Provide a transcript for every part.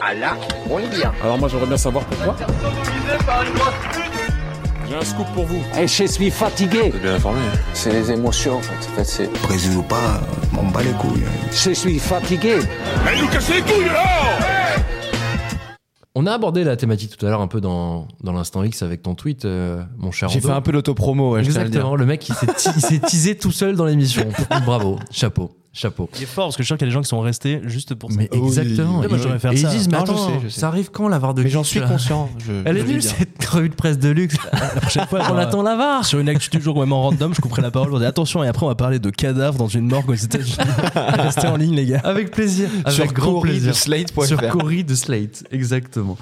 Ah là, on est bien. Alors moi j'aimerais bien savoir pourquoi. J'ai un scoop pour vous. Et je suis fatigué. T'es bien informé. C'est les émotions en fait. En fait c'est... Brésil ou pas, m'en bat les couilles. Je suis fatigué. Elle nous casse les couilles là on a abordé la thématique tout à l'heure un peu dans, dans l'instant X avec ton tweet, euh, mon cher. J'ai Ando. fait un peu l'autopromo, ouais, je tiens à le dire. Exactement, le mec il s'est ti- il s'est teasé tout seul dans l'émission. Bravo, chapeau, chapeau. Il est fort parce que je suis sûr qu'il y a des gens qui sont restés juste pour ça. Mais Ah exactement. Ouais, moi, j'aurais fait et ils ça. disent, mais Non, je attends, sais, je sais. ça arrive quand la VAR de Mais j'en luxe, suis là conscient. je- Elle je est le nulle dis. cette revue de presse de luxe. La prochaine fois, On genre, attend la VAR. Sur une actu du jour complètement random, je couperai la parole. On dit attention, et après, on va parler de cadavres dans une morgue aux États-Unis. Restez en ligne, les gars. Avec plaisir. Avec Sur grand Cory de plaisir. slate.fr. Sur Cory de Slate, exactement.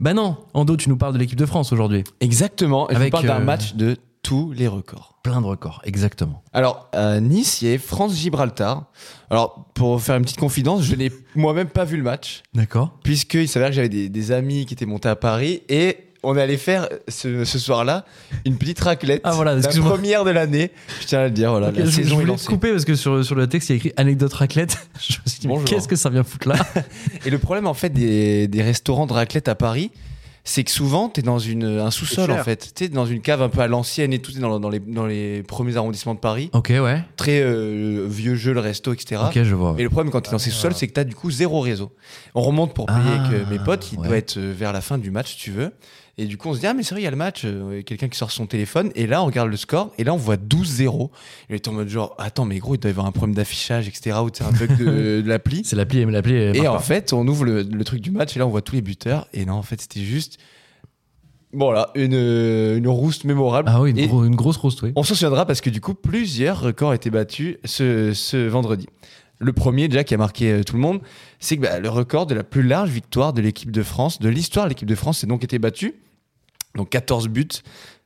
Bah non, Ando, tu nous parles de l'équipe de France aujourd'hui. Exactement. Et je vous Avec, parle d'un euh, match de tous les records. Plein de records, exactement. Alors, euh, Nice, il y avait France-Gibraltar. Alors, pour faire une petite confidence, je n'ai moi-même pas vu le match, D'accord. puisqu'il s'avère que j'avais des, des amis qui étaient montés à Paris et on allait faire ce, ce soir-là une petite raclette. Ah, voilà, la excuse-moi. première de l'année. Je tiens à le dire, voilà, Ok, Bah, la je, je saison est voulais lancée. couper parce que sur, sur le texte il y a écrit anecdote raclette. Je me suis dit, mais Bonjour. qu'est-ce que ça vient foutre là Et le problème, en fait, des, des restaurants de raclette à Paris, c'est que souvent, t'es dans une, un sous-sol, C'est cher. en fait. T'es dans une cave un peu à l'ancienne et tout, t'es dans, dans les, dans les premiers arrondissements de Paris. Ok, ouais. Très euh, vieux jeu, le resto, etc. Ah. Ok, je vois. Et le problème quand t'es dans ces sous-sols, c'est que t'as du coup zéro réseau. On remonte pour payer Ah, avec euh, mes potes, il ouais. doit être euh, vers la fin du match, si tu veux. Et du coup, on se dit, ah, mais c'est vrai, il y a le match. euh, et Quelqu'un qui sort son téléphone, et là, on regarde le score, et là, on voit 12-0. Et on est en mode genre, attends, mais gros, il doit y avoir un problème d'affichage, etc. Ou c'est un bug de, de l'appli. C'est l'appli, l'appli. est Et en marquante. fait, on ouvre le, le truc du match, et là, on voit tous les buteurs. Et non, en fait, c'était juste. Voilà, une, euh, une rouste mémorable. Ah oui, une, Et- gro- une grosse roast, oui. on s'en souviendra parce que du coup, plusieurs records étaient battus ce, ce vendredi. Le premier, déjà, qui a marqué euh, tout le monde, c'est que bah, le record de la plus large victoire de l'équipe de France, de l'histoire de l'équipe de France, s'est donc été battu. Donc 14 buts.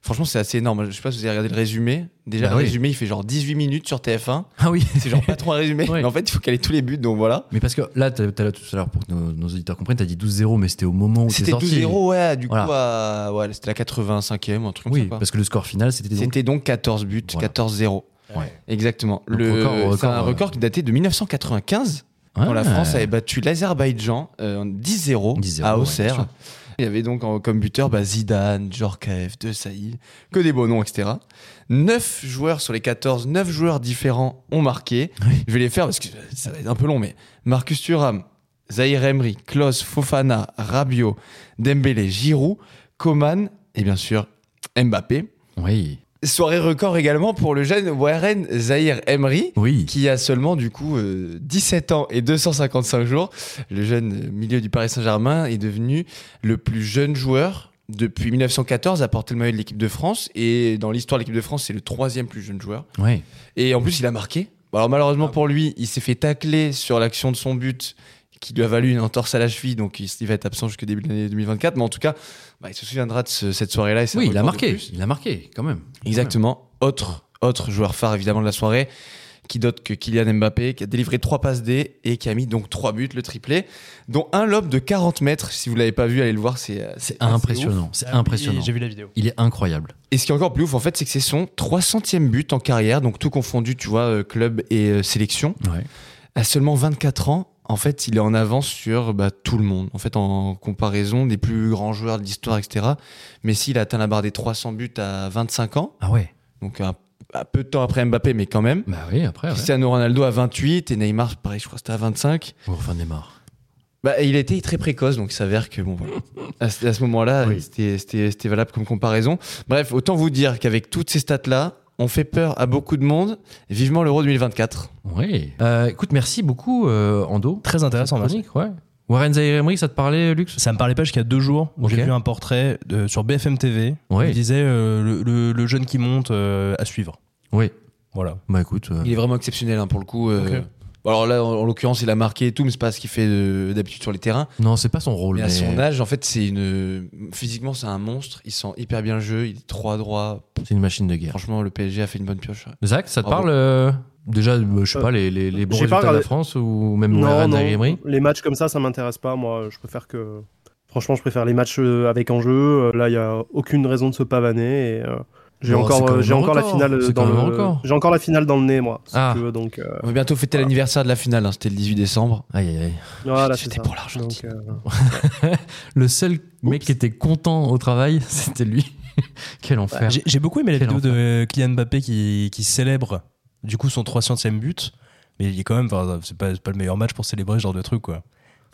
Franchement, c'est assez énorme. Je sais pas si vous avez regardé le résumé. Déjà, Bah le oui. résumé, il fait genre 18 minutes sur TF1. Ah oui. C'est genre pas trop un résumé. Ouais. Mais en fait, il faut caler tous les buts. Donc voilà. Mais parce que là, t'as- t'as- tout à l'heure, pour que nos, nos auditeurs comprennent, t'as dit 12-0, mais c'était au moment où t'es C'était sorti. 12-0, ouais. Du coup, Voilà. à- ouais, c'était la 85e, un truc comme Oui, ça. quoi. parce que le score final, c'était donc. C'était donc 14 buts, Voilà. 14-0. Ouais. Exactement. Donc Le- record, record, c'est un euh, record qui datait de 1995, quand la Ah. France avait battu l'Azerbaïdjan euh, en 10-0 10-0, à ouais, Auxerre. bien sûr. Il y avait donc en- comme buteur bah, Zidane, Djorkaeff, De Sailly, que des beaux noms, etc. 9 joueurs sur les 14, 9 joueurs différents ont marqué. Oui. Je vais les faire parce que ça va être un peu long, mais Marcus Thuram, Zahir Emery, Klaus, Fofana, Rabiot, Dembélé, Giroud, Coman et bien sûr Mbappé. Oui. Soirée record également pour le jeune Warren Zahir Emery, Oui. qui a seulement du coup euh, 17 ans et 255 jours. Le jeune euh, milieu du Paris Saint-Germain est devenu le plus jeune joueur depuis 1914 à porter le maillot de l'équipe de France. Et dans l'histoire de l'équipe de France, c'est le troisième plus jeune joueur. Oui. Et en plus, il a marqué. Alors malheureusement Ah. pour lui, il s'est fait tacler sur l'action de son but qui lui a valu une entorse à la cheville, donc il il va être absent jusqu'au début de l'année 2024. Mais en tout cas, bah, il se souviendra de ce- cette soirée-là. et c'est un Oui, il a record de marqué. plus. Il a marqué, quand même. Exactement. Autre, autre joueur phare évidemment de la soirée, qui dote que Kylian Mbappé, qui a délivré trois passes D et qui a mis donc trois buts, le triplé, dont un lob de 40 mètres. Si vous l'avez pas vu, allez le voir, c'est euh, C'est assez ouf. impressionnant. C'est Ah oui, impressionnant. J'ai vu la vidéo. Il est incroyable. Et ce qui est encore plus ouf, en fait, c'est que c'est son 300e but en carrière, donc tout confondu, tu vois, euh, club et euh, sélection. Ouais. À seulement 24 ans, en fait, il est en avance sur bah, tout le monde. En fait, en comparaison des plus grands joueurs de l'histoire, etc. Messi, il a atteint la barre des 300 buts à 25 ans, Ah ouais. donc un, un peu de temps après Mbappé, mais quand même. Bah oui, après. Ouais. Cristiano Ronaldo à 28 et Neymar, pareil, je crois que c'était à 25. Bon, enfin, Neymar. Bah, et il a été très précoce, donc il s'avère que bon, voilà. à, ce à ce moment-là, Oui. c'était- c'était c'était valable comme comparaison. Bref, autant vous dire qu'avec toutes ces stats-là, on fait peur à beaucoup de monde. Vivement l'Euro 2024. Oui. Euh, écoute, merci beaucoup, euh, Ando. Très intéressant, Cette merci. chronique, ouais. Warren Zaïre-Emery, ça te parlait, Lux Ça me parlait pas jusqu'à deux jours où Ok. j'ai vu un portrait de- sur BFM TV. Ouais. Il disait euh, le, le- le jeune qui monte euh, à suivre. Oui. Voilà. Bah écoute. euh, Il est vraiment exceptionnel hein, pour le coup. euh, Ok. bon, Alors là, en, en l'occurrence, il a marqué et tout, mais c'est pas ce qu'il fait euh, d'habitude sur les terrains. Non, c'est pas son rôle. Mais à mais- son âge, en fait, c'est une. Physiquement, c'est un monstre. Il sent hyper bien le jeu. Il est trois droit. C'est une machine de guerre. Franchement, le PSG a fait une bonne pioche. ouais. Zach, ça te Ah Bravo. parle euh, déjà, euh, je sais Euh, pas, les, les, les bons j'ai résultats de la pas euh, regardé. France ou même Non, Warren non, Zaïre-Emery les matchs comme ça, ça m'intéresse pas. Moi, je préfère que. Franchement, je préfère les matchs euh, avec enjeu. Euh, Là, il n'y a aucune raison de se pavaner. Et, euh, J'ai Bon, Oh, c'est encore, quand euh, même j'ai un encore la record. finale C'est euh, dans quand même un le... record. J'ai encore la finale dans le nez, moi. Si Ah. tu veux, donc. euh, On va bientôt fêter l'anniversaire de la finale, hein, c'était le 18 décembre. Aïe, aïe, aïe. Ah, voilà, C'était c'est ça. pour l'Argentine. Donc, euh, Le seul mec qui était content au travail, c'était lui. Quel enfer. J'ai j'ai beaucoup aimé la Quel vidéo de Kylian Mbappé qui, qui célèbre du coup son 300e but, mais il est quand même, enfin, c'est pas, c'est pas le meilleur match pour célébrer ce genre de truc quoi.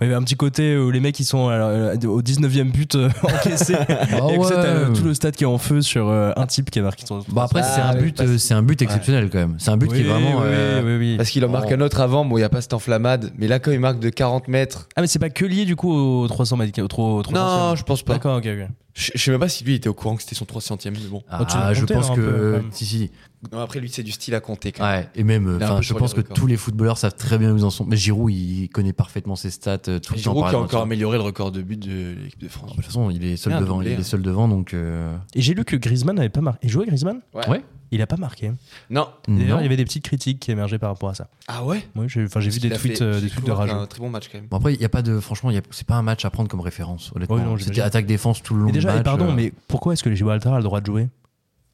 Il y avait un petit côté où les mecs ils sont euh, au 19e but euh, encaissé. Ah et que c'est, ouais. t'as le- tout le Ah, stade qui est en feu sur euh, un type qui a marqué son. Bon, Bah, après, c'est un but, euh, c'est un but exceptionnel quand même. C'est un but qui est vraiment. Oui, euh, oui, oui. Parce qu'il en marque un autre avant, bon, il n'y a pas cette enflammade, mais là, quand il marque de 40 mètres. Ah, mais c'est pas que lié du coup aux 300 mètres, au trop- au 300e. Non, je pense pas. D'accord, ok, ok. Je je sais même pas si lui était au courant que c'était son 300ème, mais bon. Ah, Oh, tu l'as je compté, pense là, un que. peu, quand même. si, si. Non, après, lui, c'est du style à compter quand même. Ouais, et même, Il est un enfin, peu je sur pense que les records. tous les footballeurs savent très bien où ils en sont. Mais Giroud, il connaît parfaitement ses stats. euh, Tout le temps, Giroud par qui a exemple. encore amélioré le record de but de l'équipe de France. De toute façon, il est seul Il a un devant. doublé, il hein. est seul devant, donc. euh, Et j'ai lu que Griezmann n'avait pas marqué. Il jouait Griezmann Ouais. Ouais. Il a pas marqué. Non. D'ailleurs, non. il y avait des petites critiques qui émergeaient par rapport à ça. Ah ouais Moi, j'ai, enfin, j'ai vu des tweets, euh, des tweets de rage. Un très bon match quand même. Bon, après, il y a pas de. Franchement, il y a- c'est pas un match à prendre comme référence, honnêtement. Ouais, non, C'était j'imagine. attaque-défense tout le long Mais déjà, du et match. pardon, euh. mais pourquoi est-ce que Gibraltar a le droit de jouer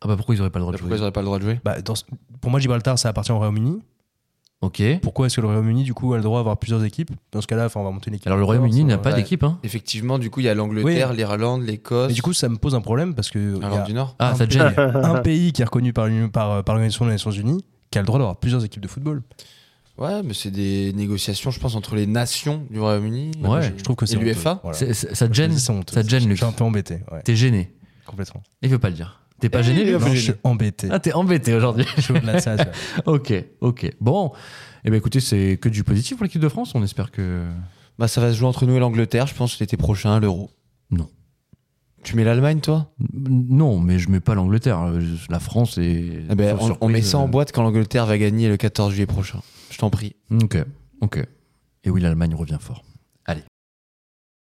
Ah bah pourquoi ils auraient pas le droit de Pourquoi ils jouer n'auraient pas le droit de jouer bah, dans ce- Pour moi, Gibraltar, ça appartient au Royaume-Uni. Ok. Pourquoi est-ce que le Royaume-Uni, du coup, a le droit d'avoir plusieurs équipes Dans ce cas-là, enfin, on va monter une équipe. Alors le Royaume-Uni n'a pas ouais. d'équipe, hein Effectivement, du coup, il y a l'Angleterre, Oui. l'Irlande, l'Écosse, Mais du coup, ça me pose un problème parce que il y l'Irlande a du Nord. Ah, un ça te pays- gêne. un pays qui est reconnu par l'Union- par, euh, par l'Organisation des Nations Unies qui a le droit d'avoir plusieurs équipes de football. Ouais, mais c'est des négociations, je pense, entre les nations du Royaume-Uni. Ouais, Euh, Je trouve que c'est Et honteux. l'UEFA Voilà. C'est- c'est- Ça te Je gêne dis, c'est honteux. Ça te gêne, Je Luc suis un peu embêté, ouais, T'es gêné. complètement. Il veut pas le dire. T'es pas gêné, Luc Non, je suis embêté. Ah, t'es embêté aujourd'hui. Je suis au-delà de ça, tu vois. ok, ok. Bon. Eh ben écoutez, c'est que du positif pour l'équipe de France. On espère que. Bah, ça va se jouer entre nous et l'Angleterre, je pense, l'été prochain, l'Euro. Non. Tu mets l'Allemagne, toi Non, mais je mets pas l'Angleterre. Euh, La France est. Eh ben, sauf on, on surprise, met ça en euh, boîte quand l'Angleterre va gagner le 14 juillet prochain. Je t'en prie. Ok, ok. Et oui, l'Allemagne revient fort.